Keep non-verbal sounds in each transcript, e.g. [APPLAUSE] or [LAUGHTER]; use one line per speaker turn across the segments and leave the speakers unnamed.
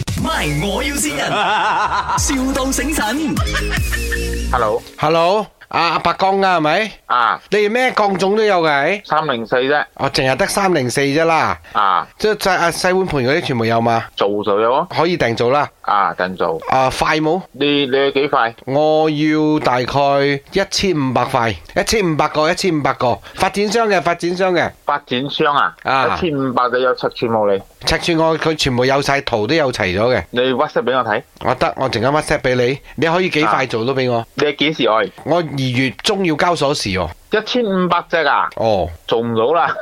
，MY 我要先人，,笑到醒神。
Hello，À,
Hello，阿 À, 阿伯江啊，係咪？
啊，
你哋咩降種都有嘅？
三零四啫，
哦，淨係得三零四啫啦，
啊，
即係細啊細碗盤嗰啲全部有嘛？
做就有啊，
可以訂做啦。
啊，定做，
啊，快冇？
你你幾快？
我要大概一千五百塊，一千五百個，一千五百個發展商嘅發展商嘅
發展商啊，
啊
一千五百就有尺寸冇你，
尺寸我佢全部有晒圖都有齊咗嘅，
你 WhatsApp 俾我睇，
我得我陣間 WhatsApp 俾你，你可以幾快做到俾我？
你幾時愛？
我二月中要交鎖匙喎，
一千五百隻啊，
哦，
做唔到 [LAUGHS] 啦，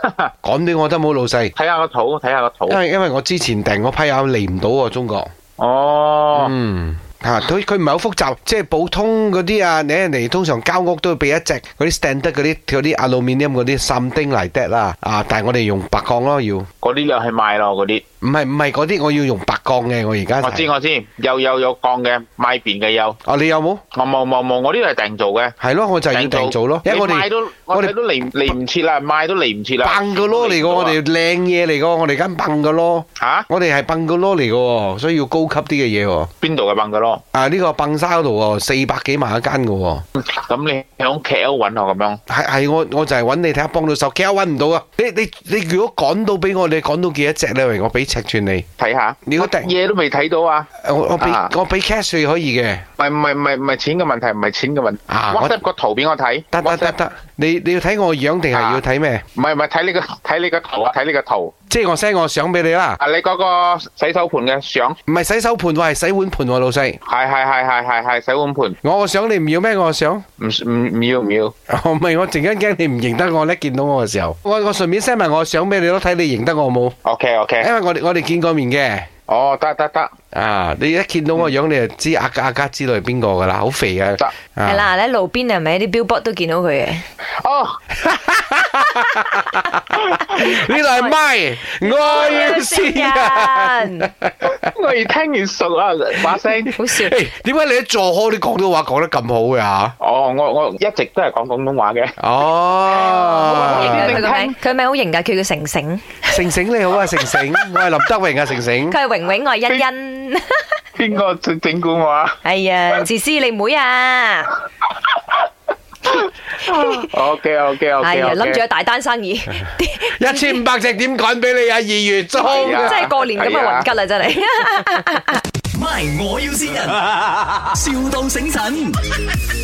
趕俾我得冇老細，
睇下個肚，睇下個肚
因，為因為我之前訂嗰批啊嚟唔到喎中國。
哦，
嗯，吓佢佢唔係好複雜，即係普通嗰啲啊，你人哋通常交屋都會俾一隻嗰啲 standard 嗰啲嗰啲 aluminium 嗰啲三丁嚟得啦，啊，但係我哋用白鋼咯，要唔
嗰啲又係賣咯，嗰啲，
係唔係嗰啲，我要用白鋼嘅，我而家就
我
係
知我知，有有有降嘅，賣邊嘅有，
哦，你有冇？
我冇冇冇，我呢度係定做嘅。
係咯，我就要定做咯，因為
你
我
賣
哋
都我
我哋
哋都嚟嚟唔切啦，賣都嚟唔切啦。
崩個咯嚟個，我哋靚嘢嚟個，我哋間崩個咯，
吓
我哋係崩個咯嚟個喎，所以要高級啲嘅嘢喎。
邊度嘅崩個咯？
啊！呢、個崩沙嗰度喎，四百幾萬一間嘅喎，
咁你響 KL 揾我咁樣，
係係我我就係揾你睇下幫到手，其他揾唔到啊！你你你如果趕到俾我，你趕到幾多隻咧？喂我俾尺寸你，
睇下，
你嗰訂
嘢都未睇到啊！
我我俾
啊
我俾 cash 你可以嘅，
唔係唔係唔係唔係錢嘅問題，唔係錢嘅問題。
啊我
WhatsApp 個圖俾我睇，
得得得
WhatsApp
得，你你要睇我樣定係
啊
要睇咩？
唔係唔係睇你個 [LAUGHS] 睇你個圖啊，睇你個圖
即係我 send 我相俾你啦，
啊！你嗰個洗手盤嘅相，
唔係洗手盤喎，係洗碗盤喎，老細。
係係係係係係洗碗盤，
我個相你唔要咩？我個相。
唔唔唔要唔要，
我唔係，我陣間驚你唔認得我咧，見到我嘅時候，我我順便 send 埋我相俾你咯，睇你認得我冇，
？OK OK，
因為我哋我哋見過面
哦得得得
[LAUGHS] 嘅，啊，你一見到我樣你就知阿家阿家之類邊個噶啦，好肥嘅，
得，
啊
係，啦，你喺路邊係咪啲 billboard 都見到佢嘅？
哦
[LAUGHS] 呢度係咪？我要先啊！ [LAUGHS]
à. 我越聽越熟啊，把聲。
好笑。
誒，點解你喺座開啲廣東話講得咁好嘅 [LAUGHS] 吓？
哦，我我一直都係講廣東話嘅。Ờ.
好型嘅
[LAUGHS] 哦，
佢個名，佢個名好型噶，叫佢成成，
成成你好啊，成成，我係林德榮啊，成成，
佢係榮榮，我係欣欣。
邊個整整蠱我啊
哎呀，自私你妹啊！
？OK OK
哎
OK
呀，
OK。Dạ.
諗住有大單
[LAUGHS]
生意，
[LAUGHS] 一千五百隻點趕俾你啊，二月中。
係啊
真係過年咁
係啊
啊雲吉啦，真係。
MY 我要先人，,笑到醒神。